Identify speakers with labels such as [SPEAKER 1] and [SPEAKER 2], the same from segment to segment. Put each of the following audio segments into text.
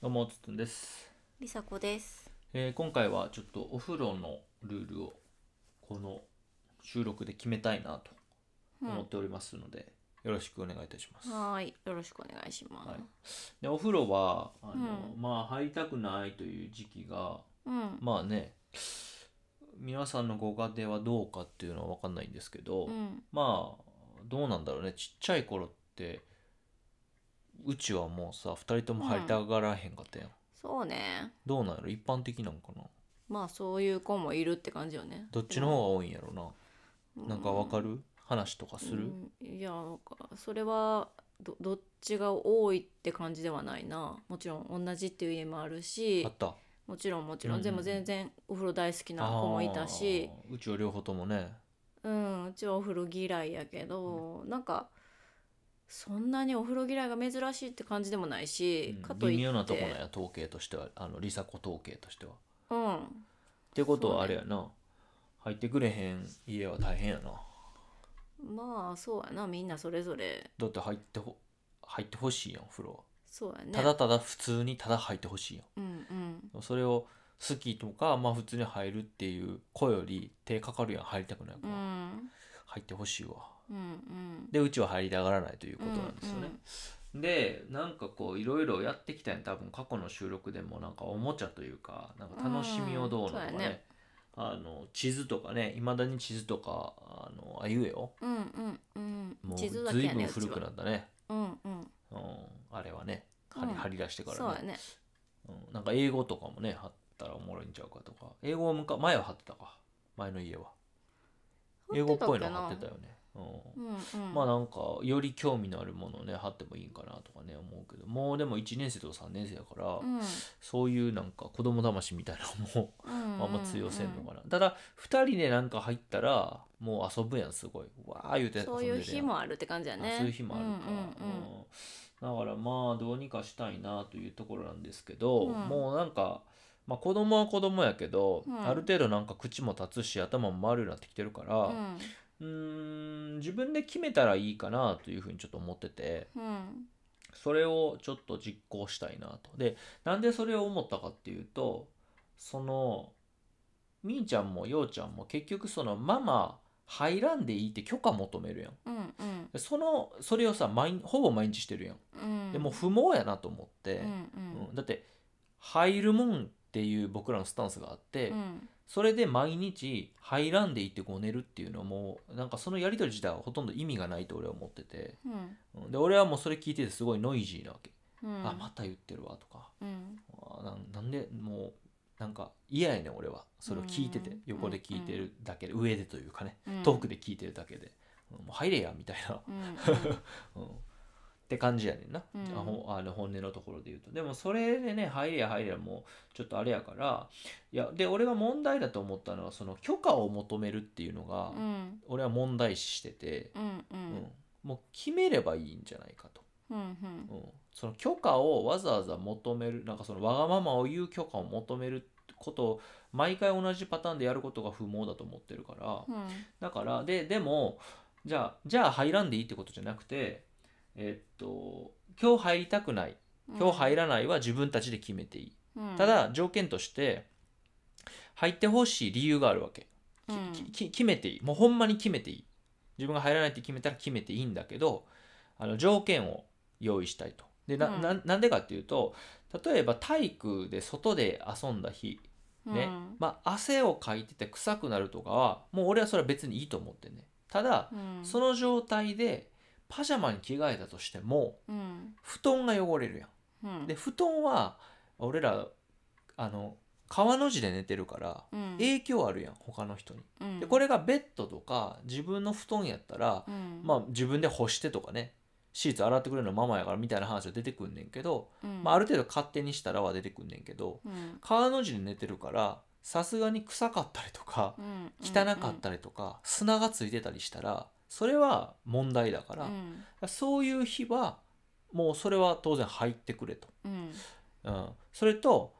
[SPEAKER 1] どうもつつんです、
[SPEAKER 2] りさこです。
[SPEAKER 1] えー今回はちょっとお風呂のルールをこの収録で決めたいなと
[SPEAKER 2] うん
[SPEAKER 1] 思っておりますので、よろしくお願いいたします、
[SPEAKER 2] はーい、よろしくお願いします。
[SPEAKER 1] はいでお風呂はあの、
[SPEAKER 2] う
[SPEAKER 1] まあ入りたくないという時期が
[SPEAKER 2] うん、
[SPEAKER 1] まあね皆さんのご家庭はどうかっていうのは分かんないんですけど、
[SPEAKER 2] うん、
[SPEAKER 1] まあどうなんだろうねちっちゃい頃ってうちはもうさ2人とも入りたがらへんかったやん、
[SPEAKER 2] そうね。
[SPEAKER 1] どうなんやろ一般的なんかな
[SPEAKER 2] まあそういう子もいるって感じよね。
[SPEAKER 1] どっちの方が多いんやろな、
[SPEAKER 2] う
[SPEAKER 1] なんかわかる話とかする、
[SPEAKER 2] うんいや、なんかそれはどどっちが多いって感じではないな。もちろん同じっていう家もあるし
[SPEAKER 1] あ、った
[SPEAKER 2] もちろんもち
[SPEAKER 1] うん
[SPEAKER 2] ろ
[SPEAKER 1] うん
[SPEAKER 2] んでも全然お風呂大好きな子もいたし、
[SPEAKER 1] あーうちは両方ともね
[SPEAKER 2] うん、うちはお風呂嫌いやけど、なんか。そんなにお風呂嫌いが珍しいって感じでもないし、
[SPEAKER 1] うん
[SPEAKER 2] かといっ
[SPEAKER 1] 微
[SPEAKER 2] て
[SPEAKER 1] 妙なとこなんや統計としてはあの梨紗子統計としてはっ
[SPEAKER 2] うん
[SPEAKER 1] てこと
[SPEAKER 2] そう
[SPEAKER 1] は
[SPEAKER 2] ね
[SPEAKER 1] あれやな、入ってくれへん家は大変やな
[SPEAKER 2] まあそうやなみんなそれぞれ
[SPEAKER 1] だって入ってほ入ってほしいやんお風呂
[SPEAKER 2] そうやね
[SPEAKER 1] はただただ普通にただ入ってほしいや
[SPEAKER 2] うんうん
[SPEAKER 1] んそれを好きとかまあ普通に入るっていう子より手かかるやん入りたくないか
[SPEAKER 2] う
[SPEAKER 1] ら、
[SPEAKER 2] ん
[SPEAKER 1] 入ってほしいわ
[SPEAKER 2] うんうん
[SPEAKER 1] でうちは入りたがらないという
[SPEAKER 2] う
[SPEAKER 1] ことなんですよね、でなんかこういろいろやってきたんや多分過去の収録でもなんかおもちゃというかなんか楽しみをどうのとかね,、
[SPEAKER 2] うんそうやね
[SPEAKER 1] あの地図とかねいまだに地図とかあのあいうえお
[SPEAKER 2] うんうんうんう
[SPEAKER 1] も
[SPEAKER 2] ん
[SPEAKER 1] う
[SPEAKER 2] 地
[SPEAKER 1] 随
[SPEAKER 2] 図だけや
[SPEAKER 1] 分
[SPEAKER 2] ねうち
[SPEAKER 1] 古くな
[SPEAKER 2] は
[SPEAKER 1] ったね、
[SPEAKER 2] うんうん
[SPEAKER 1] うん、あれはね張り
[SPEAKER 2] うん
[SPEAKER 1] 張り出してか
[SPEAKER 2] そう
[SPEAKER 1] ら
[SPEAKER 2] や
[SPEAKER 1] ね、
[SPEAKER 2] ね
[SPEAKER 1] うん、なんか英語とかもね貼ったらおもろいんちゃうかとか英語はむか前は貼ってたか前の家は英語っぽいの貼ってたよね、うん
[SPEAKER 2] うんうん
[SPEAKER 1] まあなんかより興味のあるものをね貼ってもいいんかなとかね思うけどもうでも1年生とか3年生だから、
[SPEAKER 2] うん
[SPEAKER 1] そういうなんか子供騙しみたいなの も
[SPEAKER 2] うんうん
[SPEAKER 1] あんま通用せんのかな、ただ2人でなんか入ったらもう遊ぶやんすごいわあ言うて遊ん
[SPEAKER 2] そう
[SPEAKER 1] でるや
[SPEAKER 2] いうん日もあるって感じやね
[SPEAKER 1] あそういう日もあるか、
[SPEAKER 2] うん
[SPEAKER 1] うんだからまあどうにかしたいなというところなんですけど、
[SPEAKER 2] うん
[SPEAKER 1] もうなんか、まあ、子供は子供やけど、
[SPEAKER 2] うん
[SPEAKER 1] ある程度なんか口も立つし頭も回るようになってきてるから、
[SPEAKER 2] うんうん
[SPEAKER 1] うーん自分で決めたらいいかなというふうにちょっと思ってて
[SPEAKER 2] うん
[SPEAKER 1] それをちょっと実行したいなとでなんでそれを思ったかっていうとそのみーちゃんもようちゃんも結局そのママ入らんでいいって許可求めるやん
[SPEAKER 2] うんうん
[SPEAKER 1] でそのそれをさ毎ほぼ毎日してるやん
[SPEAKER 2] うん
[SPEAKER 1] でもう不毛やなと思っ
[SPEAKER 2] う
[SPEAKER 1] て
[SPEAKER 2] んう、ん
[SPEAKER 1] うんだって入るもんっていう僕らのスタンスがあって、
[SPEAKER 2] うん
[SPEAKER 1] それで毎日入らんでいってごねるっていうのはもうなんかそのやり取り自体はほとんど意味がないと俺は思ってて
[SPEAKER 2] うん
[SPEAKER 1] うんで俺はもうそれ聞いててすごいノイジーなわけ、
[SPEAKER 2] うん
[SPEAKER 1] あまた言ってるわとか
[SPEAKER 2] うん
[SPEAKER 1] あなんなんでもうなんか嫌やねん俺はそれを聞いてて
[SPEAKER 2] うん
[SPEAKER 1] 横で聞いてるだけで上でというかね
[SPEAKER 2] うん
[SPEAKER 1] 遠くで聞いてるだけで、うんもう入れやみたいな、
[SPEAKER 2] うんうん
[SPEAKER 1] うん、って感じやねんな、
[SPEAKER 2] うん
[SPEAKER 1] あほあの本音のところで言うとでもそれでね入れや入れやもうちょっとあれやからいやで俺が問題だと思ったのはその許可を求めるっていうのが、
[SPEAKER 2] うん
[SPEAKER 1] 俺は問題視してて、
[SPEAKER 2] うんう
[SPEAKER 1] うんんもう決めればいいんじゃないかと、
[SPEAKER 2] うんうん
[SPEAKER 1] うん、その許可をわざわざ求めるなんかそのわがままを言う許可を求めることを毎回同じパターンでやることが不毛だと思ってるから、
[SPEAKER 2] うん
[SPEAKER 1] だからででもじゃあじゃあ入らんでいいってことじゃなくてえっと今日入りたくない今日入らないは自分たちで決めていい、
[SPEAKER 2] うん
[SPEAKER 1] ただ条件として入ってほしい理由があるわけ、き
[SPEAKER 2] うん
[SPEAKER 1] きき決めていいもうほんまに決めていい自分が入らないって決めたら決めていいんだけどあの条件を用意したいとでな,、
[SPEAKER 2] うん
[SPEAKER 1] ななんでかっていうと例えば体育で外で遊んだ日ね
[SPEAKER 2] うん
[SPEAKER 1] まあ、汗をかいてて臭くなるとかはもう俺はそれは別にいいと思ってんねただ、
[SPEAKER 2] うん
[SPEAKER 1] その状態でパジャマに着替えたとしても
[SPEAKER 2] うん
[SPEAKER 1] 布団が汚れるや
[SPEAKER 2] うん
[SPEAKER 1] んで布団は俺らあの川の字で寝てるから
[SPEAKER 2] うん
[SPEAKER 1] 影響あるやん他の人に
[SPEAKER 2] うん
[SPEAKER 1] でこれがベッドとか自分の布団やったら、
[SPEAKER 2] うん
[SPEAKER 1] まあ自分で干してとかねシーツ洗ってくれるのママやからみたいな話は出てくんねんけど、
[SPEAKER 2] うん
[SPEAKER 1] まあ、ある程度勝手にしたらは出てくんねんけど、
[SPEAKER 2] うん
[SPEAKER 1] 川の字で寝てるからさすがに臭かったりとか
[SPEAKER 2] うん
[SPEAKER 1] 汚かったりとか砂がついてたりしたらそれは問題だか
[SPEAKER 2] う
[SPEAKER 1] ら
[SPEAKER 2] ん
[SPEAKER 1] そういう日はもうそれは当然入ってくれと、
[SPEAKER 2] うん
[SPEAKER 1] うん、それと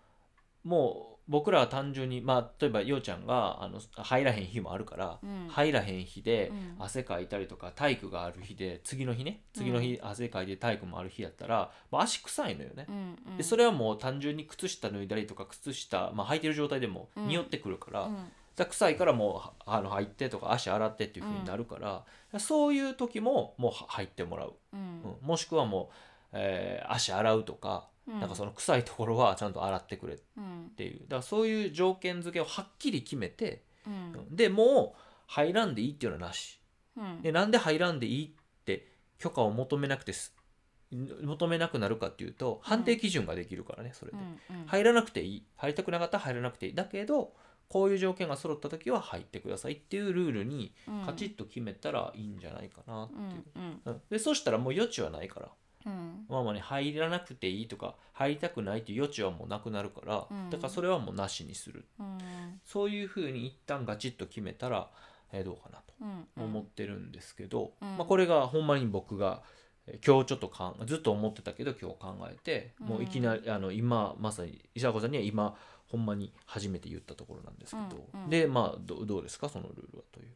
[SPEAKER 1] も僕らは単純に、まあ、例えばようちゃんがあの入らへん日もあるから、
[SPEAKER 2] うん
[SPEAKER 1] 入らへん日で
[SPEAKER 2] うん
[SPEAKER 1] 汗かいたりとか体育がある日で次の日ね次の日汗かいて体育もある日やったら、まあ、足臭いのよね
[SPEAKER 2] う、んうん
[SPEAKER 1] でそれはもう単純に靴下脱いだりとか靴下、まあ、履いてる状態でも
[SPEAKER 2] うん
[SPEAKER 1] 匂ってくるから,、
[SPEAKER 2] うん
[SPEAKER 1] 臭いからもうはあの入ってとか足洗ってっていう風になるから、そういう時ももうは入ってもらう、
[SPEAKER 2] うん
[SPEAKER 1] うんもしくはもう、えー足洗うとか、
[SPEAKER 2] うん
[SPEAKER 1] なんかその臭いところはちゃんと洗ってくれっ
[SPEAKER 2] うん
[SPEAKER 1] ていうだからそういう条件付けをはっきり決めて、
[SPEAKER 2] うん
[SPEAKER 1] でもう入らんでいいっていうのはなし
[SPEAKER 2] うん
[SPEAKER 1] でなんで入らんでいいって許可を求めなくてす求めなくなるかっていうと判定基準ができるからねそれで、
[SPEAKER 2] うんうん
[SPEAKER 1] 入らなくていい入りたくなかったら入らなくていいだけどこういう条件が揃った時は入ってくださいっていうルールに
[SPEAKER 2] うん
[SPEAKER 1] カチッと決めたらいいんじゃないかなっていうう、
[SPEAKER 2] んうん
[SPEAKER 1] うんでそしたらもう余地はないから
[SPEAKER 2] うん
[SPEAKER 1] ママに入らなくていいとか入りたくないっていう余地はもうなくなるから、
[SPEAKER 2] うん
[SPEAKER 1] だからそれはもうなしにする
[SPEAKER 2] うん
[SPEAKER 1] そういうふうに一旦ガチッと決めたら、えーどうかなと
[SPEAKER 2] うん
[SPEAKER 1] 思ってるんですけど、
[SPEAKER 2] うん
[SPEAKER 1] まあ、これがほんまに僕がえー今日ちょっとかんずっと思ってたけど今日考えてもういきなりあの今まさに石田子さんには今ほんまに初めて言ったところなんですけど、
[SPEAKER 2] うんうん
[SPEAKER 1] でまあどどうですかそのルールはという。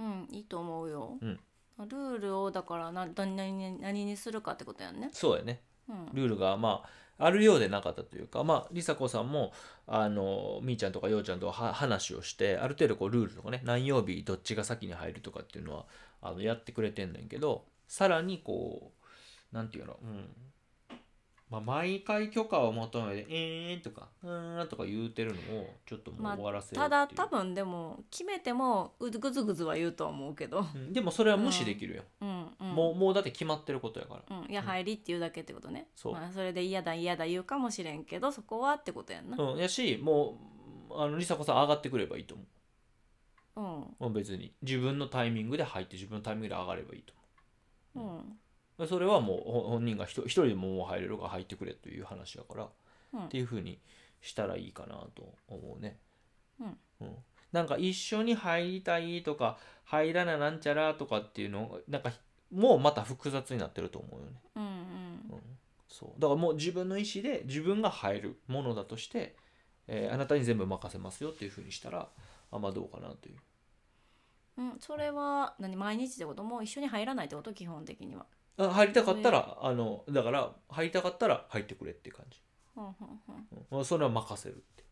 [SPEAKER 2] うんいいと思うよ
[SPEAKER 1] うん
[SPEAKER 2] ルールをだからな何何何にするかってことやんね
[SPEAKER 1] そうやね
[SPEAKER 2] うん
[SPEAKER 1] ルールがまああるようでなかったというかまあ梨紗子さんもあのみーちゃんとかようちゃんとは話をしてある程度こうルールとかね何曜日どっちが先に入るとかっていうのはあのやってくれてんねんけどさらにこうなんていうのうん。まあ、毎回許可を求めて「えー」とか「うーん」とか言うてるのをちょっともう
[SPEAKER 2] まあ
[SPEAKER 1] 終わらせよう
[SPEAKER 2] た
[SPEAKER 1] っていう
[SPEAKER 2] だ多分でも決めてもうずぐずぐずは言うとは思うけ ど
[SPEAKER 1] うんでもそれは無視できるよ、
[SPEAKER 2] うんうん
[SPEAKER 1] もうもうだって決まってることやから
[SPEAKER 2] うん、いや入りって言うだけってことね、
[SPEAKER 1] そう
[SPEAKER 2] まあ、それで嫌だ嫌だ言うかもしれんけどそこはってことやんな
[SPEAKER 1] うんやしもうあの梨紗子さん上がってくればいいと思う
[SPEAKER 2] うん
[SPEAKER 1] もう別に自分のタイミングで入って自分のタイミングで上がればいいと
[SPEAKER 2] うん
[SPEAKER 1] 思うそれはもうほ本人がひと一人でももう入れるから入ってくれという話だから、
[SPEAKER 2] うん
[SPEAKER 1] っていうふうにしたらいいかなと思うね
[SPEAKER 2] うん、
[SPEAKER 1] うんなんか一緒に入りたいとか入らななんちゃらとかっていうのなんかひもうまた複雑になってると思うよね、
[SPEAKER 2] うん
[SPEAKER 1] うん、そうだからもう自分の意思で自分が入るものだとして、えーあなたに全部任せますよっていうふうにしたらあまあどうかなという
[SPEAKER 2] うんうんそれは何毎日ってこともう一緒に入らないってこと基本的には
[SPEAKER 1] あ入りたかったら、あのだから入りたかったら入ってくれっていう感じ、
[SPEAKER 2] うんうんうん
[SPEAKER 1] うんそれは任せるって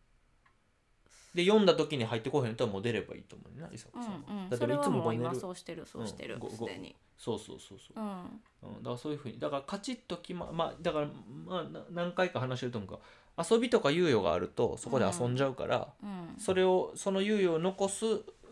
[SPEAKER 1] で読んだ時に入ってこへんやったらもう出ればいいと思うねんな伊坂
[SPEAKER 2] う
[SPEAKER 1] さんは、
[SPEAKER 2] んうん
[SPEAKER 1] だっ
[SPEAKER 2] そ
[SPEAKER 1] て
[SPEAKER 2] れ
[SPEAKER 1] い
[SPEAKER 2] は
[SPEAKER 1] つも
[SPEAKER 2] も
[SPEAKER 1] こ
[SPEAKER 2] う
[SPEAKER 1] う寝
[SPEAKER 2] 今
[SPEAKER 1] る
[SPEAKER 2] そうしてるそうして
[SPEAKER 1] う
[SPEAKER 2] る
[SPEAKER 1] んご
[SPEAKER 2] す
[SPEAKER 1] ご
[SPEAKER 2] でに
[SPEAKER 1] そうそうそうそう
[SPEAKER 2] う、ん
[SPEAKER 1] うん、だからそういうふうにだからカチッと決ままあだから、まあ、な何回か話してると思うが遊びとか猶予があるとそこで遊んじゃうから、
[SPEAKER 2] うん
[SPEAKER 1] それをその猶予を残す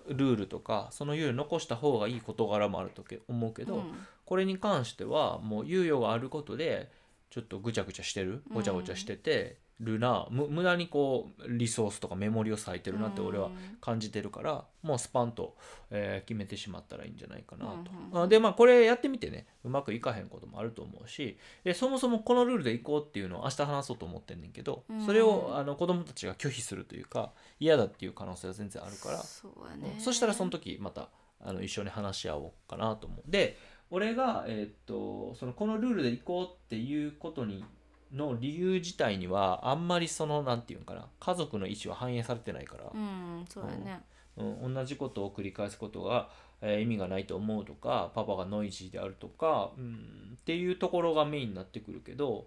[SPEAKER 1] ルールとかその猶予を残した方がいい事柄もあるとけ思うけど、
[SPEAKER 2] うん
[SPEAKER 1] これに関してはもう猶予があることでちょっとぐちゃぐちゃしてる
[SPEAKER 2] うん
[SPEAKER 1] ごちゃごちゃしててるな、む無駄にこうリソースとかメモリを割いてるなって俺は
[SPEAKER 2] うん
[SPEAKER 1] 感じてるから、もうスパンと、えー決めてしまったらいいんじゃないかなと。
[SPEAKER 2] うんうん
[SPEAKER 1] あでまあこれやってみてねうまくいかへんこともあると思うしでそもそもこのルールでいこうっていうのを明日話そうと思ってんねんけど、
[SPEAKER 2] うん
[SPEAKER 1] それをあの子供たちが拒否するというか嫌だっていう可能性は全然あるから。
[SPEAKER 2] そうやね
[SPEAKER 1] うんそしたらその時またあの一緒に話し合おうかなと思うで俺が、えーっとそのこのルールで行こうっていうことにの理由自体にはあんまりそのなんていうんかな家族の意思は反映されてないから
[SPEAKER 2] う、んそうやね
[SPEAKER 1] うん、同じことを繰り返すことが、えー意味がないと思うとかパパがノイジーであるとか、うん、っていうところがメインになってくるけど、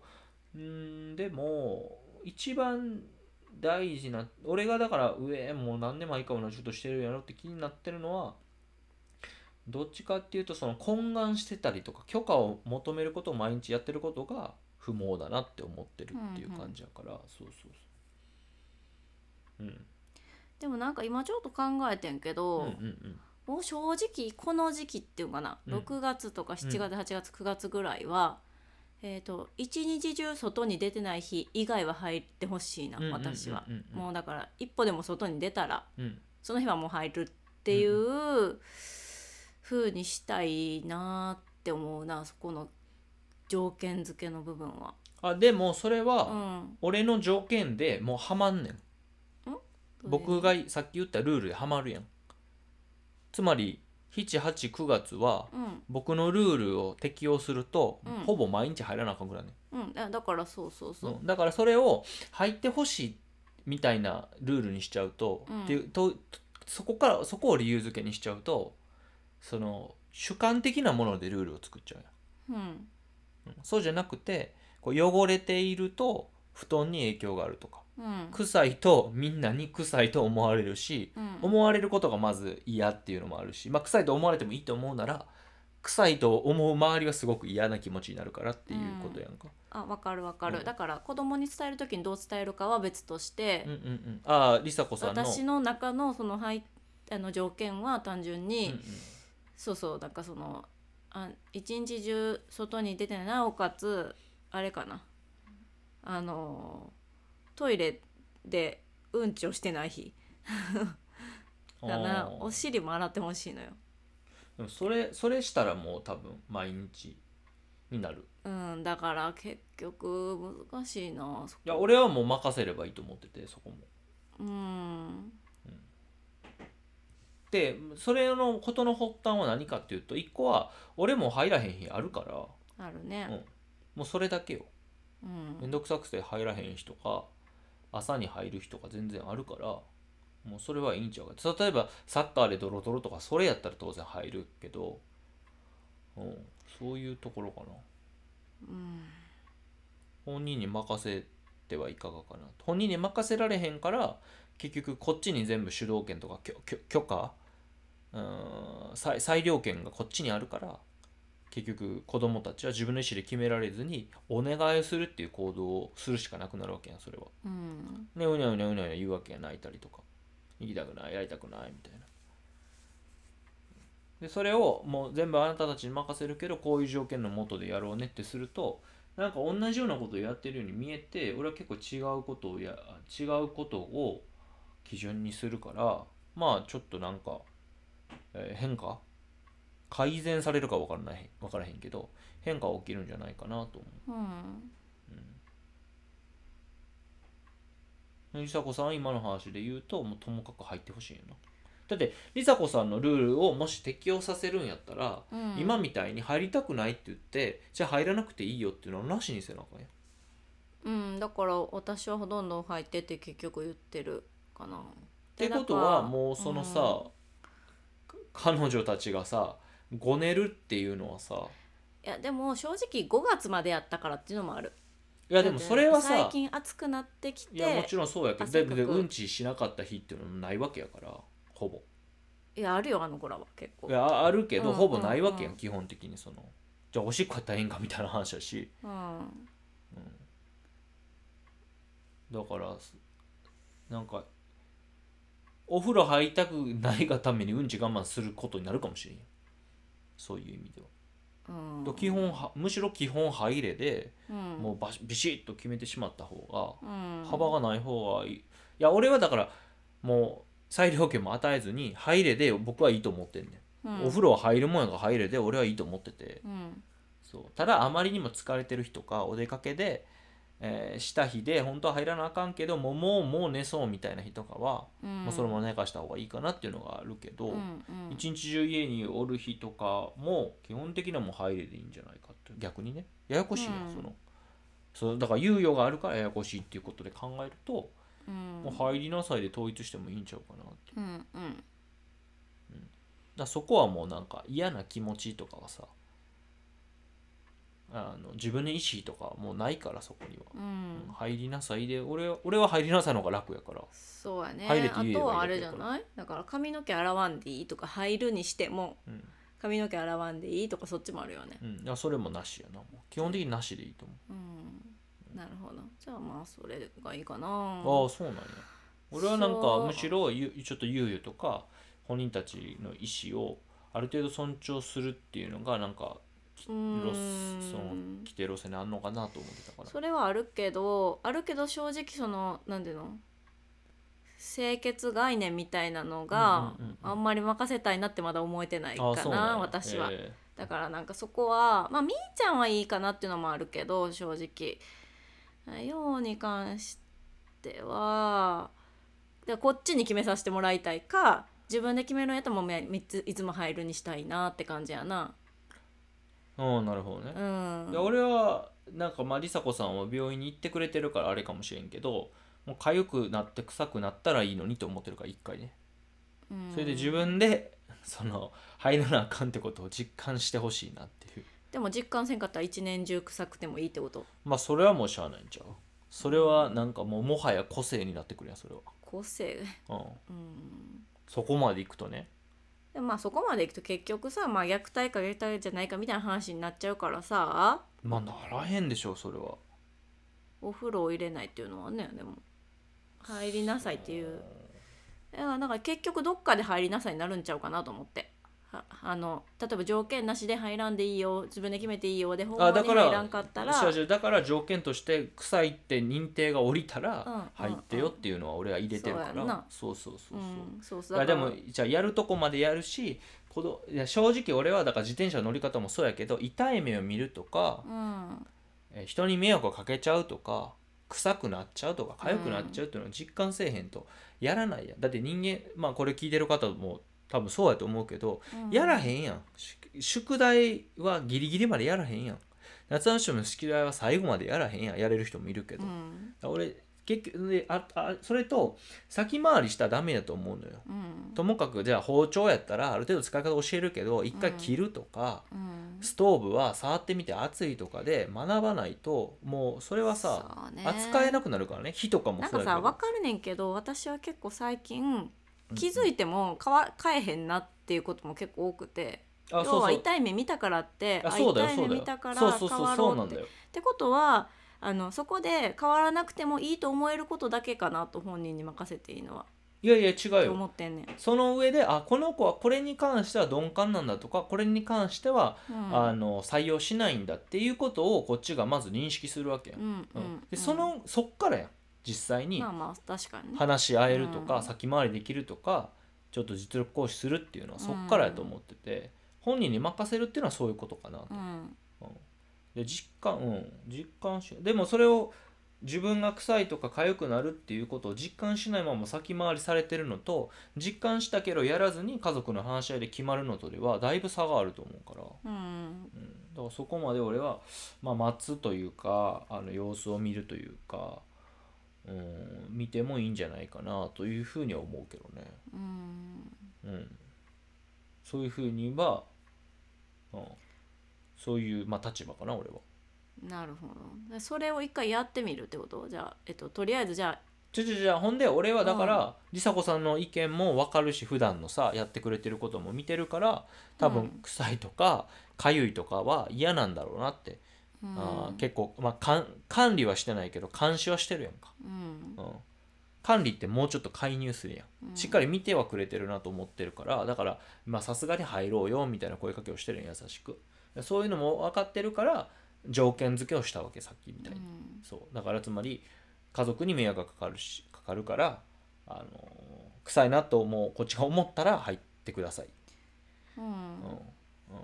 [SPEAKER 1] うん、でも一番大事な俺がだから上もう何年前か同じことしてるやろって気になってるのはどっちかっていうとその懇願してたりとか許可を求めることを毎日やってることが不毛だなって思ってるっていう感じやから、そうそうそう。うん、
[SPEAKER 2] でもなんか今ちょっと考えてんけ
[SPEAKER 1] う
[SPEAKER 2] ど、
[SPEAKER 1] んうんうん
[SPEAKER 2] もう正直この時期っていうかな、
[SPEAKER 1] うん
[SPEAKER 2] 6月とか7月8月9月ぐらいは、えっ、と一日中外に出てない日以外は入ってほしいな、
[SPEAKER 1] うんうんうんうん
[SPEAKER 2] 私は、もうだから一歩でも外に出たら
[SPEAKER 1] うん
[SPEAKER 2] その日はもう入るっていう風にしたいなって思うなそこの条件付けの部分は。
[SPEAKER 1] あでもそれ
[SPEAKER 2] う
[SPEAKER 1] は
[SPEAKER 2] ん、
[SPEAKER 1] 俺の条件でもうハマんねん僕がさっき言ったルールでハマるやんつまり789月は
[SPEAKER 2] うん
[SPEAKER 1] 僕のルールを適用すると、
[SPEAKER 2] うん
[SPEAKER 1] ほぼ毎日入らなあかんぐらいねん
[SPEAKER 2] うん、だだからそうそうそ
[SPEAKER 1] う
[SPEAKER 2] う、
[SPEAKER 1] んだからそれを入ってほしいみたいなルールにしちゃうと,、
[SPEAKER 2] うん
[SPEAKER 1] っていうとそこからそこを理由づけにしちゃうとその主観的なものでルールを作っちゃうやん
[SPEAKER 2] うん
[SPEAKER 1] そうじゃなくてこう汚れていると布団に影響があるとか
[SPEAKER 2] うん
[SPEAKER 1] 臭いとみんなに臭いと思われるし
[SPEAKER 2] うん
[SPEAKER 1] 思われることがまず嫌っていうのもあるし、まあ、臭いと思われてもいいと思うなら臭いと思う周りはすごく嫌な気持ちになるからっていうことやんか。
[SPEAKER 2] あわかるわかる、
[SPEAKER 1] うん
[SPEAKER 2] だから子供に伝える時にどう伝えるかは別として、
[SPEAKER 1] うんうんうん、ああ梨紗子さんの
[SPEAKER 2] 私の中のそのはいあの条件は単純に、
[SPEAKER 1] うんうん
[SPEAKER 2] そうそうなんかそのあ一日中外に出てなおかつあれかなあのトイレでうんちをしてない日だな
[SPEAKER 1] あー
[SPEAKER 2] お尻も洗ってほしいのよ
[SPEAKER 1] でもそれそれしたらもう多分毎日になる
[SPEAKER 2] うんだから結局難しいなそこ
[SPEAKER 1] いや俺はもう任せればいいと思っててそこも
[SPEAKER 2] うん
[SPEAKER 1] でそれのことの発端は何かっていうと一個は俺も入らへん日あるから
[SPEAKER 2] ある
[SPEAKER 1] うん
[SPEAKER 2] ね
[SPEAKER 1] もうそれだけよ
[SPEAKER 2] う
[SPEAKER 1] めん
[SPEAKER 2] ん
[SPEAKER 1] どくさくて入らへん日とか朝に入る日とか全然あるからもうそれはいいんちゃうか例えばサッカーでドロドロとかそれやったら当然入るけど、うん、そういうところかな
[SPEAKER 2] うん
[SPEAKER 1] 本人に任せてはいかがかな本人に任せられへんから結局こっちに全部主導権とか許許許可うーん裁裁量権がこっちにあるから結局子供たちは自分の意思で決められずにお願いをするっていう行動をするしかなくなるわけやんそれは。
[SPEAKER 2] うん
[SPEAKER 1] ねうにゃうにゃうにゃうにゃ言うわけや泣いたりとか行きたくないやりたくないみたいなでそれをもう全部あなたたちに任せるけどこういう条件のもとでやろうねってするとなんか同じようなことをやってるように見えて俺は結構違うことをやあ違うことを基準にするからまあちょっとなんか、えー変化改善されるか分からない分からへんけど変化は起きるんじゃないかなと思う
[SPEAKER 2] うん
[SPEAKER 1] うん。りさこさん今の話で言うともうともかく入ってほしいよなだってりさこさんのルールをもし適用させるんやったら、
[SPEAKER 2] うん
[SPEAKER 1] 今みたいに入りたくないって言ってじゃあ入らなくていいよっていうのはなしにせなあかんやん
[SPEAKER 2] うんだから私はほとんど入ってって結局言ってるかなっ
[SPEAKER 1] ってことはもうそのさ、彼女たちがさごねるっていうのはさ
[SPEAKER 2] いやでも正直5月までやったからっていうのもある
[SPEAKER 1] いやでもそれはさ
[SPEAKER 2] 最近暑くなってきて
[SPEAKER 1] いやもちろんそうやけど
[SPEAKER 2] 汗
[SPEAKER 1] だ
[SPEAKER 2] かく
[SPEAKER 1] ってうんちしなかった日っていうのもないわけやからほぼ
[SPEAKER 2] いやあるよあの子らは結構
[SPEAKER 1] いやあるけど、
[SPEAKER 2] うん
[SPEAKER 1] ほぼないわけやん、
[SPEAKER 2] うん
[SPEAKER 1] 基本的にそのじゃあおしっこやったらええんかみたいな話やし
[SPEAKER 2] うん
[SPEAKER 1] だからすなんかお風呂入りたくないがためにうんち我慢することになるかもしれんやんそういう意味では、
[SPEAKER 2] うん
[SPEAKER 1] と基本はむしろ基本入れで、
[SPEAKER 2] うん
[SPEAKER 1] もうバシビシッと決めてしまった方
[SPEAKER 2] うん
[SPEAKER 1] が幅がない方がいい、いや俺はだからもう裁量権も与えずに入れで僕はいいと思ってんね
[SPEAKER 2] うん
[SPEAKER 1] ん、お風呂は入るもんやから入れで俺はいいと思ってて、
[SPEAKER 2] うん
[SPEAKER 1] そうただあまりにも疲れてる日とかお出かけで、えーした日で本当は入らなあかんけどもうもうもう寝そうみたいな日とかは、
[SPEAKER 2] うん
[SPEAKER 1] もうそのまま寝かした方がいいかなっていうのがあるけど、
[SPEAKER 2] うんうん
[SPEAKER 1] 一日中家におる日とかも基本的にはもう入れでいいんじゃないかって逆にねややこしいやん、
[SPEAKER 2] うん
[SPEAKER 1] そのそうだから猶予があるからややこしいっていうことで考えると、
[SPEAKER 2] うん
[SPEAKER 1] もう入りなさいで統一してもいいんちゃうかなってだか
[SPEAKER 2] うんうん
[SPEAKER 1] らそこはもうなんか嫌な気持ちとかはさあの自分の意思とかはもうないからそこには。
[SPEAKER 2] うん
[SPEAKER 1] 入りなさいで俺は俺は入りなさいの方が楽やから
[SPEAKER 2] そうやね
[SPEAKER 1] 入れて
[SPEAKER 2] あ
[SPEAKER 1] 言えばいいだけやから
[SPEAKER 2] とはあれじゃないだから髪の毛洗わんでいいとか入るにしても
[SPEAKER 1] うん、
[SPEAKER 2] 髪の毛洗わんでいいとかそっちもあるよね
[SPEAKER 1] うん、いやそれもなしやなもう基本的になしでいいと思
[SPEAKER 2] うんなるほどじゃあまあそれがいいかな
[SPEAKER 1] う、ああそうなんや俺はなんか
[SPEAKER 2] そう
[SPEAKER 1] むしろゆちょっと猶予とか本人たちの意思をある程度尊重するっていうのがなんか
[SPEAKER 2] う
[SPEAKER 1] ロ
[SPEAKER 2] ん
[SPEAKER 1] スその規定路線にあんのかなと思ってたから
[SPEAKER 2] それはあるけどあるけど正直その何ていうの清潔概念みたいなのが
[SPEAKER 1] うんうんうんうん
[SPEAKER 2] あんまり任せたいなってまだ思えてないか
[SPEAKER 1] ああそう
[SPEAKER 2] な、
[SPEAKER 1] なんや
[SPEAKER 2] 私は、
[SPEAKER 1] え
[SPEAKER 2] だからなんかそこはまあみーちゃんはいいかなっていうのもあるけど正直ように関してはだからこっちに決めさせてもらいたいか自分で決めるんやったらもうめ三ついつも入るにしたいなって感じやな
[SPEAKER 1] えうんなるほどね
[SPEAKER 2] う、ん
[SPEAKER 1] いや俺はなんかまあ梨紗子さんは病院に行ってくれてるからあれかもしれんけどもう痒くなって臭くなったらいいのにと思ってるから一回ね
[SPEAKER 2] うん
[SPEAKER 1] それで自分で その入らなあかんってことを実感してほしいなっていう
[SPEAKER 2] でも実感せんかったら一年中臭くてもいいってこと
[SPEAKER 1] まあそれはもうしゃあないんちゃうそれはなんかもうもはや個性になってくるやんそれ
[SPEAKER 2] 個性
[SPEAKER 1] は、うん、
[SPEAKER 2] うん
[SPEAKER 1] そこまでいくとね
[SPEAKER 2] でもまあそこまでいくと結局さ、まあ、虐待か虐待じゃないかみたいな話になっちゃうからさ
[SPEAKER 1] まあならへんでしょうそれは
[SPEAKER 2] お風呂を入れないっていうのはねでも入りなさいっていういやだから結局どっかで入りなさいになるんちゃうかなと思ってはあの例えば条件なしで入らんでいいよ自分で決めていいよで本
[SPEAKER 1] あ
[SPEAKER 2] 物
[SPEAKER 1] だ
[SPEAKER 2] に
[SPEAKER 1] から
[SPEAKER 2] 入らんかったら
[SPEAKER 1] 違う違うだから条件として臭いって認定が下りた
[SPEAKER 2] うんうん
[SPEAKER 1] ら入ってよっていうのは俺は入れてるか
[SPEAKER 2] そうやん
[SPEAKER 1] ら
[SPEAKER 2] な、
[SPEAKER 1] そうそうそうそううん
[SPEAKER 2] そうそ
[SPEAKER 1] だ
[SPEAKER 2] う
[SPEAKER 1] か
[SPEAKER 2] だ
[SPEAKER 1] らで
[SPEAKER 2] から
[SPEAKER 1] もじゃあやるとこまでやるし子どいや正直俺はだから自転車乗り方もそうやけど痛い目を見るとか、
[SPEAKER 2] うん
[SPEAKER 1] えー人に迷惑をかけちゃうとか臭くなっちゃうとか痒くなっちゃうっていうのを実感せえへんとやらないやんだって人間まあこれ聞いてる方も多分そうやと思うけど
[SPEAKER 2] うん
[SPEAKER 1] やらへんやんし宿題はギリギリまでやらへんやん夏の人の宿題は最後までやらへんやんやれる人もいるけど、
[SPEAKER 2] う
[SPEAKER 1] だか
[SPEAKER 2] ん
[SPEAKER 1] ら俺結局でああそれと先回りしたらダメだと思うのよ
[SPEAKER 2] うん
[SPEAKER 1] ともかくじゃあ包丁やったらある程度使い方教えるけど一回切るとか、
[SPEAKER 2] うん
[SPEAKER 1] ストーブは触ってみて熱いとかで学ばないともうそれはさ、
[SPEAKER 2] そうね
[SPEAKER 1] 扱えなくなるからね火とかも
[SPEAKER 2] なん
[SPEAKER 1] そう
[SPEAKER 2] か
[SPEAKER 1] だけ
[SPEAKER 2] さ
[SPEAKER 1] ど
[SPEAKER 2] 分かるねんけど私は結構最近気づいても変わ変えへんなっていうことも結構多くて
[SPEAKER 1] あ
[SPEAKER 2] 要
[SPEAKER 1] そう
[SPEAKER 2] は
[SPEAKER 1] そう
[SPEAKER 2] 痛い目見たからって
[SPEAKER 1] あ
[SPEAKER 2] あ
[SPEAKER 1] そうだよ
[SPEAKER 2] 痛い
[SPEAKER 1] そ
[SPEAKER 2] 目
[SPEAKER 1] うだ
[SPEAKER 2] 見
[SPEAKER 1] よ
[SPEAKER 2] たから
[SPEAKER 1] そうそう
[SPEAKER 2] 変
[SPEAKER 1] そう
[SPEAKER 2] わ
[SPEAKER 1] そう
[SPEAKER 2] ろ
[SPEAKER 1] な
[SPEAKER 2] うんって
[SPEAKER 1] だよ
[SPEAKER 2] ってことはあのそこで変わらなくてもいいと思えることだけかなと本人に任せていいのは、
[SPEAKER 1] いやいや違う
[SPEAKER 2] って
[SPEAKER 1] よ
[SPEAKER 2] 思ってんねん。
[SPEAKER 1] その上であこの子はこれに関しては鈍感なんだとかこれに関しては、
[SPEAKER 2] うん
[SPEAKER 1] あの採用しないんだっていうことをこっちがまず認識するわけやん、
[SPEAKER 2] うんう
[SPEAKER 1] うん
[SPEAKER 2] ん
[SPEAKER 1] でそのそっからやん実際に、
[SPEAKER 2] まあまあ確かにね。
[SPEAKER 1] 話し合えるとか、
[SPEAKER 2] うん
[SPEAKER 1] 先回りできるとかちょっと実力行使するっていうのはそっからやと思ってて、本人に任せるっていうのはそういうことかなと、
[SPEAKER 2] うん
[SPEAKER 1] うんで実感うん実感しでもそれを自分が臭いとか痒くなるっていうことを実感しないまま先回りされてるのと実感したけどやらずに家族の話し合いで決まるのとではだいぶ差があると思うから、
[SPEAKER 2] うん
[SPEAKER 1] うん、だからそこまで俺は、まあ、待つというかあの様子を見るというか、うん、見てもいいんじゃないかなというふうには思うけどね、
[SPEAKER 2] うん
[SPEAKER 1] うん、そういうふうには、うん、そういう、まあ、立場かな俺は。
[SPEAKER 2] なるほどでそれを一回やってみるってことじゃあ、えっと、とりあえずじゃあ
[SPEAKER 1] ちょちょちょほんで俺はだか
[SPEAKER 2] う
[SPEAKER 1] ら梨紗子さんの意見も分かるし普段のさやってくれてることも見てるから多
[SPEAKER 2] うん
[SPEAKER 1] 分臭いとか痒いとかは嫌なんだろうなって、
[SPEAKER 2] うん
[SPEAKER 1] あー結構、まあ、かん管理はしてないけど監視はしてるやんか。
[SPEAKER 2] うん
[SPEAKER 1] うん、管理ってもうちょっと介入するやん、
[SPEAKER 2] うん
[SPEAKER 1] しっかり見てはくれてるなと思ってるからだからまあさすがに入ろうよみたいな声かけをしてるやん優しくそういうのも分かってるから条件付けをしたわけさっきみたいに、
[SPEAKER 2] うん
[SPEAKER 1] そうだからつまり家族に迷惑がかかるしかかるから、あのー臭いなと思うこっちが思ったら入ってください、
[SPEAKER 2] う
[SPEAKER 1] うんうん
[SPEAKER 2] ん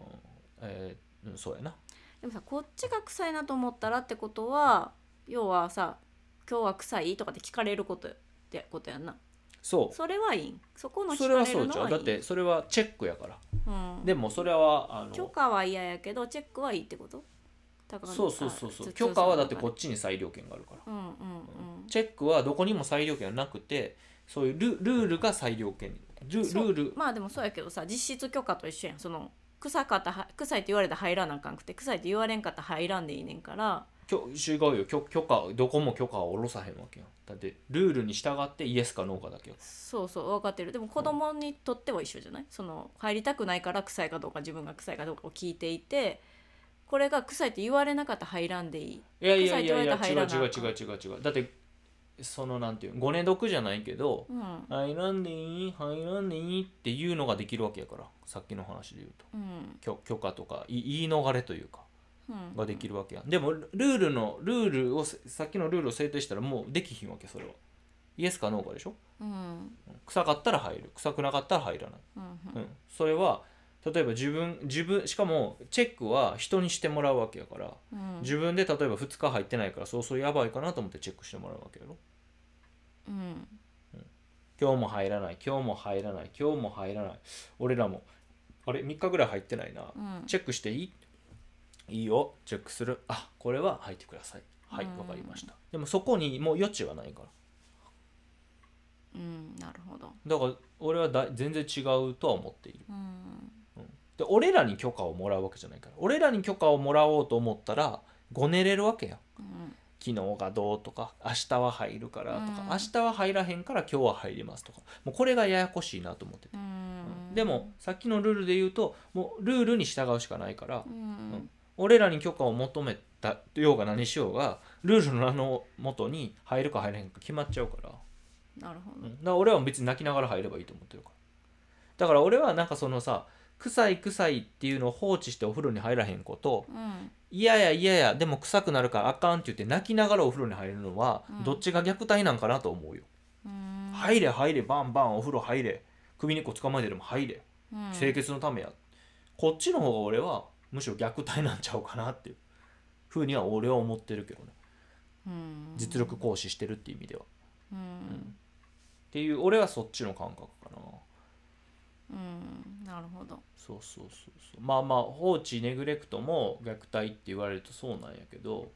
[SPEAKER 1] えーうんそうやな
[SPEAKER 2] でもさこっちが臭いなと思ったらってことは要はさ「今日は臭い?」とかって聞かれることってことやんな
[SPEAKER 1] そ
[SPEAKER 2] それはいいんそこの
[SPEAKER 1] う
[SPEAKER 2] 聞か
[SPEAKER 1] そ
[SPEAKER 2] れ
[SPEAKER 1] れ
[SPEAKER 2] る
[SPEAKER 1] は
[SPEAKER 2] のは
[SPEAKER 1] そ
[SPEAKER 2] いい
[SPEAKER 1] うじゃうだっ、てそれはチェックやから、
[SPEAKER 2] うん、
[SPEAKER 1] でもそれはあの
[SPEAKER 2] 許可は嫌やけどチェックはいいってこと高野
[SPEAKER 1] そうそうそうそ
[SPEAKER 2] あ
[SPEAKER 1] う
[SPEAKER 2] つ
[SPEAKER 1] 許可はだってこ
[SPEAKER 2] つ
[SPEAKER 1] っちに裁量権があるから、
[SPEAKER 2] うんうんうん
[SPEAKER 1] チェックはどこにも裁量権はなくてそういうルルールが裁量権ルル
[SPEAKER 2] そう
[SPEAKER 1] ール
[SPEAKER 2] まあでもそうやけどさ実質許可と一緒やんその臭かったは臭いって言われたら入らなあかんくて臭いって言われんかったら入らんでいいねんから
[SPEAKER 1] きょ違うよ許許可どこも許可を下ろさへんわけやんだってルールに従ってイエスかノーかだけよ
[SPEAKER 2] そうそう分かってるでも子供にとっては一緒じゃない、その入りたくないから臭いかどうか自分が臭いかどうかを聞いていてこれが臭いって言われなかったら入らんでいい
[SPEAKER 1] いやいやいやいや
[SPEAKER 2] 臭
[SPEAKER 1] 違
[SPEAKER 2] いうと
[SPEAKER 1] 違
[SPEAKER 2] は入らな
[SPEAKER 1] う違う違う違うだってそのなんていうごね毒じゃないけど
[SPEAKER 2] うん
[SPEAKER 1] 入らんでいい入らんでいいっていうのができるわけやからさっきの話で言うと
[SPEAKER 2] うん
[SPEAKER 1] 許許可とかい言い逃れというか
[SPEAKER 2] うん
[SPEAKER 1] ができるわけやんでもルルールのルールをせさっきのルールを制定したらもうできひんわけそれはイエスかノーかでしょ
[SPEAKER 2] うん
[SPEAKER 1] うん臭かったら入る臭くなかったら入らない、
[SPEAKER 2] うん
[SPEAKER 1] うん、それは例えば自分自分しかもチェックは人にしてもらうわけやから
[SPEAKER 2] うん
[SPEAKER 1] 自分で例えば2日入ってないからそうそうやばいかなと思ってチェックしてもらうわけやろ
[SPEAKER 2] うん
[SPEAKER 1] 今日も入らない今日も入らない今日も入らない俺らもあれ3日ぐらい入ってないな
[SPEAKER 2] うん
[SPEAKER 1] チェックしていいいいよチェックするあこれは入ってくださいはい
[SPEAKER 2] うん
[SPEAKER 1] わかりましたでもそこにもう余地はないから
[SPEAKER 2] うんなるほど
[SPEAKER 1] だから俺はだ全然違うとは思っている
[SPEAKER 2] うん
[SPEAKER 1] で俺らに許可をもらうわけじゃないから俺らに許可をもらおうと思ったらごねれるわけや
[SPEAKER 2] うん
[SPEAKER 1] 昨日がどうとか明日は入るからとか、
[SPEAKER 2] うん
[SPEAKER 1] 明日は入らへんから今日は入りますとかもうこれがややこしいなと思ってて、
[SPEAKER 2] うん
[SPEAKER 1] でもさっきのルールで言うともうルールに従うしかないから、
[SPEAKER 2] うん
[SPEAKER 1] 俺らに許可を求めたようが何しようがルールの名のもとに入るか入れへんか決まっちゃうから,、
[SPEAKER 2] なるほ
[SPEAKER 1] うん、
[SPEAKER 2] ど
[SPEAKER 1] だから俺は別に泣きながら入ればいいと思ってるからだから俺はなんかそのさ臭い臭いっていうのを放置してお風呂に入らへんこと
[SPEAKER 2] うん
[SPEAKER 1] いやいやいやいやでも臭くなるからあかんって言って泣きながらお風呂に入るのは
[SPEAKER 2] うん
[SPEAKER 1] どっちが虐待なんかなと思うよ、
[SPEAKER 2] うん
[SPEAKER 1] 入れ入れバンバンお風呂入れ首根っこ捕まえてでも入れ
[SPEAKER 2] うん
[SPEAKER 1] 清潔のためや、こっちの方が俺はむしろ虐待なんちゃうかなっていうふうには俺は思ってるけどね
[SPEAKER 2] うん
[SPEAKER 1] 実力行使してるっていう意味では、
[SPEAKER 2] うん
[SPEAKER 1] っていう俺はそっちの感覚かな
[SPEAKER 2] うんなるほど
[SPEAKER 1] そうそうそうそうまあまあ放置ネグレクトも虐待って言われるとそうなんやけど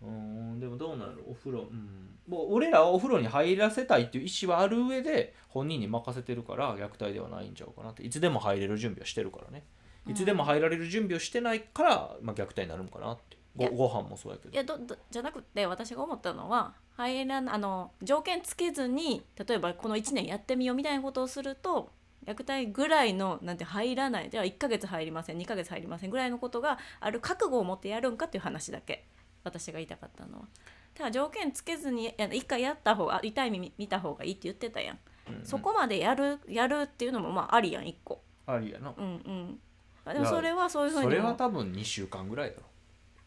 [SPEAKER 1] うーんでもどうなるお風呂うんもう俺らはお風呂に入らせたいっていう意思はある上で本人に任せてるから虐待ではないんちゃうかなっていつでも入れる準備はしてるからねいつでも入られる準備をしてないから、まあ、虐待になるんかなってご
[SPEAKER 2] いや
[SPEAKER 1] ご飯もそうやけ
[SPEAKER 2] い
[SPEAKER 1] ど
[SPEAKER 2] やどどじゃなくて私が思ったのは入らんあの条件つけずに例えばこの1年やってみようみたいなことをすると虐待ぐらいのなんて入らないじゃあ1ヶ月入りません2ヶ月入りませんぐらいのことがある覚悟を持ってやるんかっていう話だけ私が言いたかったのは。ただ条件つけずにあの一回やった方があ痛い目見見た方がいいって言ってたやん、
[SPEAKER 1] うんうん
[SPEAKER 2] そこまでやるやるっていうのもまあありやん1個
[SPEAKER 1] ありやな
[SPEAKER 2] うんうんあでも
[SPEAKER 1] いや
[SPEAKER 2] それはそういうふうに
[SPEAKER 1] それは
[SPEAKER 2] も
[SPEAKER 1] 多分2週間ぐらいだろ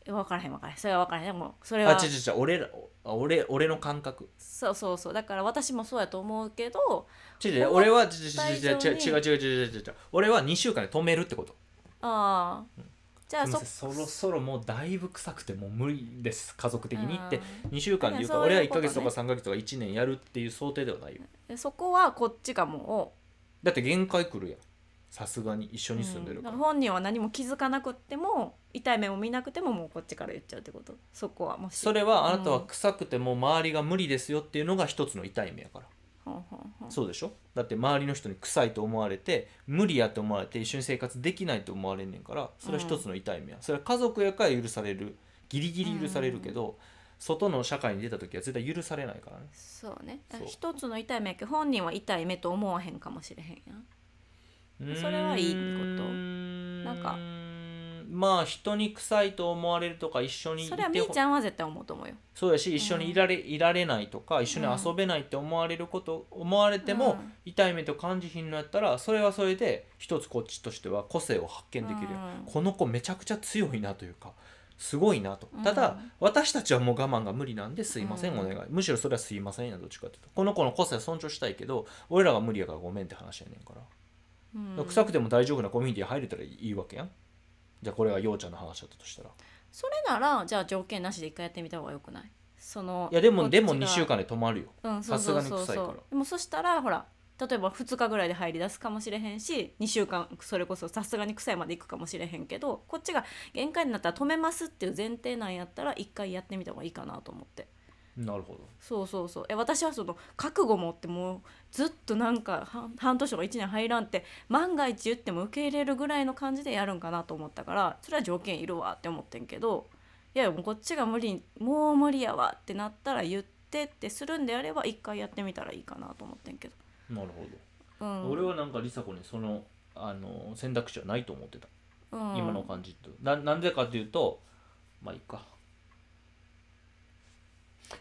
[SPEAKER 2] 分からへん分からへんそれは分からへんでもそれ
[SPEAKER 1] あ
[SPEAKER 2] は
[SPEAKER 1] 違う違う俺らあ俺俺の感覚
[SPEAKER 2] そうそうそうだから私もそうやと思うけど
[SPEAKER 1] 違う違う
[SPEAKER 2] この
[SPEAKER 1] 俺は違う
[SPEAKER 2] 対
[SPEAKER 1] 違う
[SPEAKER 2] 象に
[SPEAKER 1] 違う違う違う違う違う違う違う俺は2週間で止めるってこと
[SPEAKER 2] ああじゃあ
[SPEAKER 1] すいま
[SPEAKER 2] そ
[SPEAKER 1] せんそろそろもうだいぶ臭くてもう無理です家族的にって
[SPEAKER 2] う
[SPEAKER 1] 2週間で言うか
[SPEAKER 2] いやそう
[SPEAKER 1] 俺は
[SPEAKER 2] いう
[SPEAKER 1] 1
[SPEAKER 2] こ
[SPEAKER 1] ヶ
[SPEAKER 2] とね
[SPEAKER 1] 月とか3ヶ月とか1年やるっていう想定ではないよ
[SPEAKER 2] んそこはこっちがも
[SPEAKER 1] だって限界来るやんさすがに一緒
[SPEAKER 2] う、
[SPEAKER 1] に住んでる
[SPEAKER 2] うん
[SPEAKER 1] か
[SPEAKER 2] だ
[SPEAKER 1] ら
[SPEAKER 2] から本人は何も気づかなくっても痛い目も見なくてももうこっちから言っちゃうってことそこはもし
[SPEAKER 1] それはあなたは臭くてもう周りが無理ですよっていうのが一つの痛い目やから
[SPEAKER 2] ほんほんほん
[SPEAKER 1] そうでしょだって周りの人に臭いと思われて無理やと思われて一緒に生活できないと思われんねんからそれは一つの痛い目や、それは家族やから許されるギリギリ許されるけど、外の社会に出た時は絶対許されないからね
[SPEAKER 2] そうね
[SPEAKER 1] そう
[SPEAKER 2] 一つの痛い目やけど本人は痛い目と思わへんかもしれへんやんそれはいいこと
[SPEAKER 1] うーん
[SPEAKER 2] なんか
[SPEAKER 1] まあ人に臭いと思われるとか一緒にい
[SPEAKER 2] そ
[SPEAKER 1] て
[SPEAKER 2] れはみー
[SPEAKER 1] ほ
[SPEAKER 2] ちゃんは絶対思うと思うよ
[SPEAKER 1] そうやし一緒にいられ,、いられないとか一緒に遊べないって思われること、思われても、
[SPEAKER 2] うん
[SPEAKER 1] 痛い目と感じひんのやったらそれはそれで一つこっちとしては個性を発見できるやん、
[SPEAKER 2] うん
[SPEAKER 1] この子めちゃくちゃ強いなというかすごいなと
[SPEAKER 2] うん
[SPEAKER 1] ただ、私たちはもう我慢が無理なんですいません、
[SPEAKER 2] うん
[SPEAKER 1] お願いむしろそれはすいませんやどっちかっていうとこの子の個性尊重したいけど俺らが無理やからごめんって話やねんから、
[SPEAKER 2] うん
[SPEAKER 1] 臭くても大丈夫なコミュニティ入れたらいいわけやんじゃあこれがようちゃんの話だったとしたら
[SPEAKER 2] それならじゃあ条件なしで一回やってみた方がよくないその
[SPEAKER 1] いやでも
[SPEAKER 2] こっち
[SPEAKER 1] でも
[SPEAKER 2] が
[SPEAKER 1] 2週間で止まるよ
[SPEAKER 2] うんそうそうそう
[SPEAKER 1] さすがに臭い
[SPEAKER 2] そ
[SPEAKER 1] から
[SPEAKER 2] うでもそしたらほら例えば2日ぐらいで入り出すかもしれへんし2週間それこそさすがに臭いまで行くかもしれへんけどこっちが限界になったら止めますっていう前提なんやったら一回やってみた方がいいかなと思って
[SPEAKER 1] なるほど
[SPEAKER 2] そうそうそうえ私はその覚悟持ってもうずっとなんか半半年とか1年入らんって万が一言っても受け入れるぐらいの感じでやるんかなと思ったからそれは条件いるわって思ってんけどいやいやもうこっちが無理もう無理やわってなったら言ってってするんであれば一回やってみたらいいかなと思ってんけど、
[SPEAKER 1] なるほ
[SPEAKER 2] うん
[SPEAKER 1] ど、、俺はなんか梨紗子にそのあの選択肢はないと思ってた
[SPEAKER 2] うん
[SPEAKER 1] 今の感じとななんでかというとまあいいか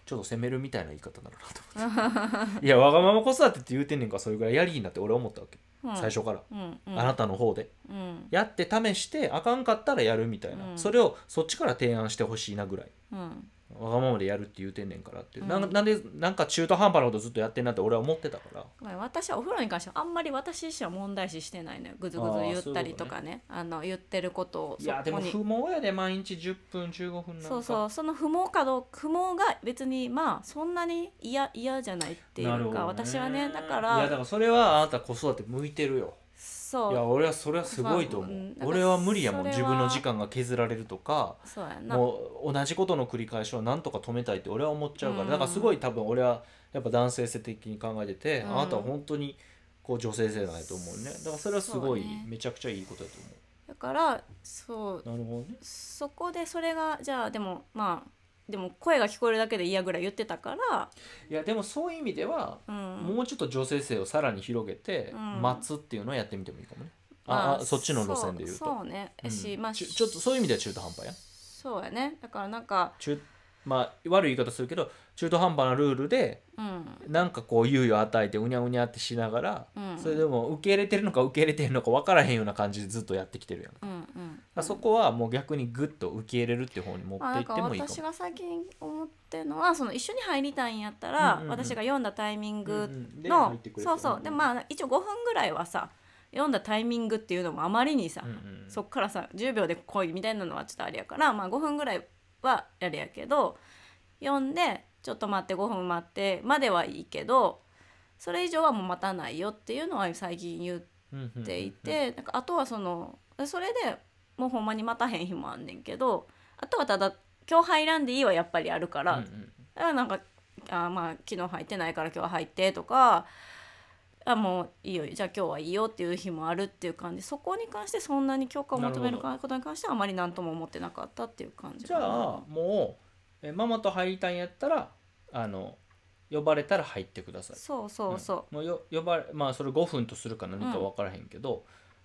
[SPEAKER 1] ちょっと責めるみたいな言い方になるなと 思っていやわがまま子育てって言うてんねんからそれぐらいやりいなって俺は思ったわけ、
[SPEAKER 2] うん
[SPEAKER 1] 最初から、
[SPEAKER 2] うんうん
[SPEAKER 1] あなたの方で
[SPEAKER 2] うん
[SPEAKER 1] やって試してあかんかったらやるみたいな、
[SPEAKER 2] うん
[SPEAKER 1] それをそっちから提案してほしいなぐらい
[SPEAKER 2] うん
[SPEAKER 1] わがままでやるって言うてんねんからって、
[SPEAKER 2] うん
[SPEAKER 1] なん、なんでなんか中途半端なことずっとやってんなって俺は思ってたから
[SPEAKER 2] ごめん私はお風呂に関してはあんまり私自身は問題視してないのよぐずぐず言ったりとかねあの言ってることを
[SPEAKER 1] いやでも
[SPEAKER 2] に
[SPEAKER 1] 不毛やで毎日10分15分なんか
[SPEAKER 2] そうそうその不毛かどう不毛が別にまあそんなに嫌嫌じゃないっていう
[SPEAKER 1] な
[SPEAKER 2] か、
[SPEAKER 1] るほどね
[SPEAKER 2] 私はねだか
[SPEAKER 1] いやだかららそれはあなた子育て向いてるよ
[SPEAKER 2] そう
[SPEAKER 1] いや俺はそれはすごいと思う、
[SPEAKER 2] まあうんなんか
[SPEAKER 1] 俺は無理やもん
[SPEAKER 2] それは
[SPEAKER 1] 自分の時間が削られるとか
[SPEAKER 2] そうやんな
[SPEAKER 1] もう同じことの繰り返しをなんとか止めたいって俺は思っちゃうから、
[SPEAKER 2] うん
[SPEAKER 1] だからすごい多分俺はやっぱ男性性的に考えてて、
[SPEAKER 2] うん
[SPEAKER 1] あなたは本当にこう女性性ないと思うねだからそれはすごい、
[SPEAKER 2] そうね
[SPEAKER 1] めちゃくちゃいいことだと思
[SPEAKER 2] だからそう
[SPEAKER 1] うなるほどね
[SPEAKER 2] そこでそれがじゃあでもまあでも声が聞こえるだけで嫌ぐらい言ってたから、
[SPEAKER 1] いやでもそういう意味では、
[SPEAKER 2] うん、
[SPEAKER 1] もうちょっと女性性をさらに広げて、
[SPEAKER 2] うん
[SPEAKER 1] 待つっていうのをやってみてもいいかもね、
[SPEAKER 2] ま
[SPEAKER 1] ああそっちの路線で言うと
[SPEAKER 2] そうそうね
[SPEAKER 1] うん
[SPEAKER 2] し、まあ
[SPEAKER 1] ちょちょっとそういう意味では中途半端や
[SPEAKER 2] そうやねだからなんか
[SPEAKER 1] 中まあ悪い言い方するけど中途半端なルールで
[SPEAKER 2] うん
[SPEAKER 1] なんかこう猶予与えてうにゃうにゃってしながら、
[SPEAKER 2] うん
[SPEAKER 1] それでも受け入れてるのか受け入れてるのか分からへんような感じでずっとやってきてるやん、だか
[SPEAKER 2] うんうん
[SPEAKER 1] らそこはもう逆にグッと受け入れるっていう方に持って
[SPEAKER 2] まあ、
[SPEAKER 1] い
[SPEAKER 2] な
[SPEAKER 1] っ
[SPEAKER 2] ん
[SPEAKER 1] て
[SPEAKER 2] か
[SPEAKER 1] もいいかも
[SPEAKER 2] 私が最近思ってるのはその一緒に入りたいんやったら、
[SPEAKER 1] うんうんうん
[SPEAKER 2] 私が読んだタイミング
[SPEAKER 1] うんうんで
[SPEAKER 2] の、
[SPEAKER 1] 入ってくれて
[SPEAKER 2] そうそうでまあ一応5分ぐらいはさ読んだタイミングっていうのもあまりにさ、
[SPEAKER 1] うんうん
[SPEAKER 2] そっからさ10秒で来いみたいなのはちょっとあれやから、まあ、5分ぐらいはやれやけど読んでちょっと待って5分待ってまではいいけどそれ以上はもう待たないよっていうのは最近言
[SPEAKER 1] うんうん
[SPEAKER 2] っていて、なんかあとはそのそれでもうほんまに待たへん日もあんねんけどあとはただ今日入らんでいいはやっぱりあるか
[SPEAKER 1] うん
[SPEAKER 2] ら、
[SPEAKER 1] うん
[SPEAKER 2] だからなんかあーまあ昨日入ってないから今日は入ってとかあもういいよじゃあ今日はいいよっていう日もあるっていう感じそこに関してそんなに許可を求める
[SPEAKER 1] な
[SPEAKER 2] ことに関してはあまり何とも思ってなかったっていう感じ
[SPEAKER 1] じ
[SPEAKER 2] か
[SPEAKER 1] ゃ
[SPEAKER 2] な
[SPEAKER 1] あもうえママと入りたいんやったらあの呼ばれたら入ってください、
[SPEAKER 2] そうそうそう
[SPEAKER 1] んもうよ呼ばれまあそれ5分とするか何か分からへんけど、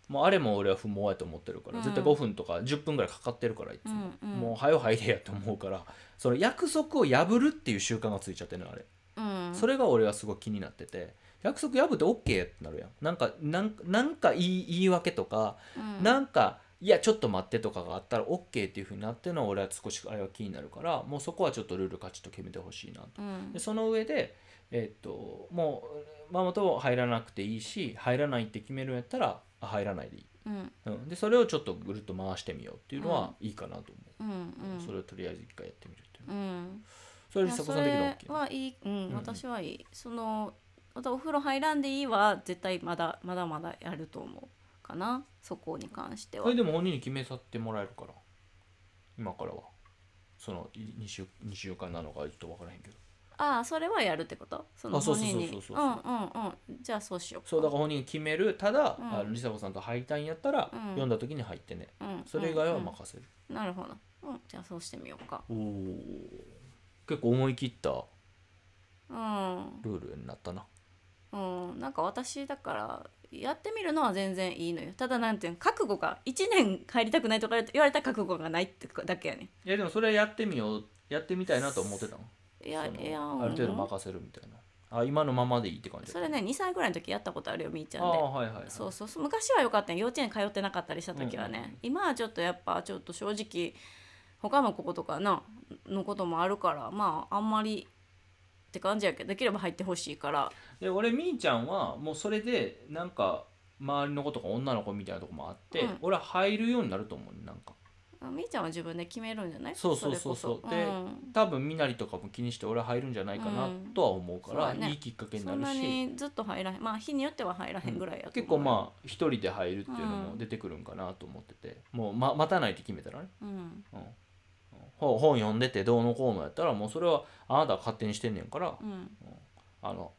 [SPEAKER 1] もうあれも俺は不毛やと思ってるから、
[SPEAKER 2] うん
[SPEAKER 1] 絶対5分とか10分ぐらいかかってるからいつ
[SPEAKER 2] う、う
[SPEAKER 1] も、
[SPEAKER 2] んうん、
[SPEAKER 1] もう早う入れやと思うからその約束を破るっていう習慣がついちゃってるのあれ、
[SPEAKER 2] うん、
[SPEAKER 1] そ
[SPEAKER 2] れ
[SPEAKER 1] れが俺はすごい気になってて約束破って OK ってなるやんなんかなんなんか言い言い訳とか、なんかいやちょっと待ってとかがあったら OK っていうふうになってるのは俺は少しあれは気になるからもうそこはちょっとルールカチッと決めてほしいなと
[SPEAKER 2] うん
[SPEAKER 1] でその上で、えっともうママと入らなくていいし入らないって決めるんやったらあ入らないでいい、
[SPEAKER 2] うん
[SPEAKER 1] うん、でそれをちょっとぐるっと回してみようっていうのは、いいかなと
[SPEAKER 2] うんう
[SPEAKER 1] 思う、それ
[SPEAKER 2] ん
[SPEAKER 1] をとりあえず一回やってみるっていう
[SPEAKER 2] うん
[SPEAKER 1] それ
[SPEAKER 2] い
[SPEAKER 1] で
[SPEAKER 2] や
[SPEAKER 1] 佐
[SPEAKER 2] そ
[SPEAKER 1] さん的には
[SPEAKER 2] れ
[SPEAKER 1] OK な
[SPEAKER 2] はいい、うん
[SPEAKER 1] うん
[SPEAKER 2] 私はいいそのまたお風呂入らんでいいは絶対まだまだまだやると思うかなそこに関しては
[SPEAKER 1] それでも本人に決めさってもらえるから今からはそのい2週 ,2 週間なのかちょっと分からへんけど
[SPEAKER 2] ああそれはやるってことその
[SPEAKER 1] あそう
[SPEAKER 2] 本
[SPEAKER 1] そう
[SPEAKER 2] 人に
[SPEAKER 1] そうそうそううん
[SPEAKER 2] うんうんじゃあそうしよう
[SPEAKER 1] そうだから本人に決めるただ、
[SPEAKER 2] うん
[SPEAKER 1] あのりさこさんと入りたいんやったら、
[SPEAKER 2] うん
[SPEAKER 1] 読んだ時に入ってね
[SPEAKER 2] ら、うん、
[SPEAKER 1] それ以外は
[SPEAKER 2] うん
[SPEAKER 1] 任せる、
[SPEAKER 2] うんなるほど、うん、じゃあそうしてみようか
[SPEAKER 1] おー結構思い切った
[SPEAKER 2] うん
[SPEAKER 1] ルールになったな
[SPEAKER 2] うんなんか私だからやってみるのは全然いいのよただなんていうの覚悟が1年帰りたくないとか言われたら覚悟がないってだけやね
[SPEAKER 1] いやでもそれやってみようやってみたいなと思ってたの
[SPEAKER 2] いや
[SPEAKER 1] その
[SPEAKER 2] いや
[SPEAKER 1] ある程度
[SPEAKER 2] うん
[SPEAKER 1] 任せるみたいなあ今のままでいいって感じ
[SPEAKER 2] それね2歳ぐらいの時やったことあるよみーち
[SPEAKER 1] あ
[SPEAKER 2] ゃんで
[SPEAKER 1] あはいはいはい
[SPEAKER 2] そうそうそう昔は良かったよ幼稚園通ってなかったりした時はね、
[SPEAKER 1] うんうんうん
[SPEAKER 2] 今はちょっとやっぱちょっと正直他の子とかなのこともあるからまああんまりって感じやけどできれば入ってほしいから
[SPEAKER 1] で俺みーちゃんはもうそれでなんか周りの子とか女の子みたいなとこもあって、
[SPEAKER 2] うん
[SPEAKER 1] 俺は入るようになると思うねなんか
[SPEAKER 2] あみーちゃんは自分で決めるんじゃない
[SPEAKER 1] そうそうそうそう
[SPEAKER 2] れ
[SPEAKER 1] で
[SPEAKER 2] こん
[SPEAKER 1] 多分みなりとかも気にして俺は入るんじゃないかな
[SPEAKER 2] うん
[SPEAKER 1] とは思うから、
[SPEAKER 2] そうだね
[SPEAKER 1] いいきっかけに
[SPEAKER 2] そ
[SPEAKER 1] なんる
[SPEAKER 2] な
[SPEAKER 1] し
[SPEAKER 2] にずっと入らへんまあ日によっては入らへんぐらいやと思う
[SPEAKER 1] 結構まあ一人で入るっていうの
[SPEAKER 2] う
[SPEAKER 1] も
[SPEAKER 2] ん
[SPEAKER 1] 出てくるんかなと思ってて、もう、ま、待たないって決めたらね
[SPEAKER 2] うん
[SPEAKER 1] うん本本読んでてどうのこうのやったらもうそれはあなたが勝手にしてんねんから、
[SPEAKER 2] うん
[SPEAKER 1] あの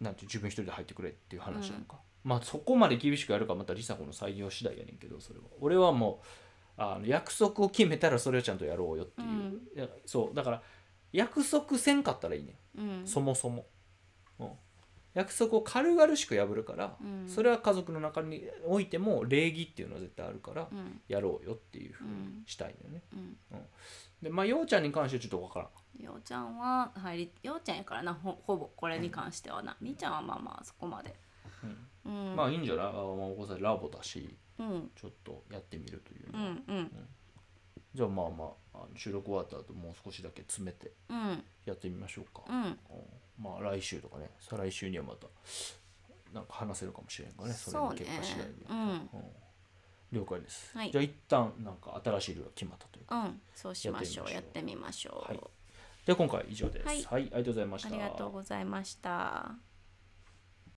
[SPEAKER 1] なんていう自分一人で入ってくれっていう話なんか、まあそこまで厳しくやるかまた梨紗子の採用次第やねんけどそれは俺はもうあの約束を決めたらそれをちゃんとやろうよっていう、
[SPEAKER 2] うん
[SPEAKER 1] いやそうだから約束せんかったらいいねん、
[SPEAKER 2] うん
[SPEAKER 1] そもそも、うん、約束を軽々しく破るから、
[SPEAKER 2] うん
[SPEAKER 1] それは家族の中においても礼儀っていうのは絶対あるから、
[SPEAKER 2] うん
[SPEAKER 1] やろうよっていうふうにしたいのよね、
[SPEAKER 2] うん
[SPEAKER 1] でまあようちゃんに関してはちょっと分からん
[SPEAKER 2] ようちゃんは入りようちゃんやからなほほぼこれに関してはな、みーちゃんはまあまあそこまで、うん、
[SPEAKER 1] まあいいんじゃないあのお子さんラボだし
[SPEAKER 2] うん
[SPEAKER 1] ちょっとやってみるという
[SPEAKER 2] う
[SPEAKER 1] のは、
[SPEAKER 2] んうん
[SPEAKER 1] じゃあまあまああの収録終わった後もう少しだけ詰めて
[SPEAKER 2] うん
[SPEAKER 1] やってみましょうか、
[SPEAKER 2] うん
[SPEAKER 1] うんまあ来週とかね再来週にはまたなんか話せるかもしれんからねそれの
[SPEAKER 2] そうね
[SPEAKER 1] 結果次第で、
[SPEAKER 2] うん
[SPEAKER 1] うん了解です、
[SPEAKER 2] はい
[SPEAKER 1] じゃあ一旦なんか新しいルールが決まったというか
[SPEAKER 2] うんそうしましょう
[SPEAKER 1] や
[SPEAKER 2] や
[SPEAKER 1] っ
[SPEAKER 2] ってみましょう
[SPEAKER 1] はいで今回以上です
[SPEAKER 2] はい
[SPEAKER 1] はい、ありがとうございました
[SPEAKER 2] ありがとうございました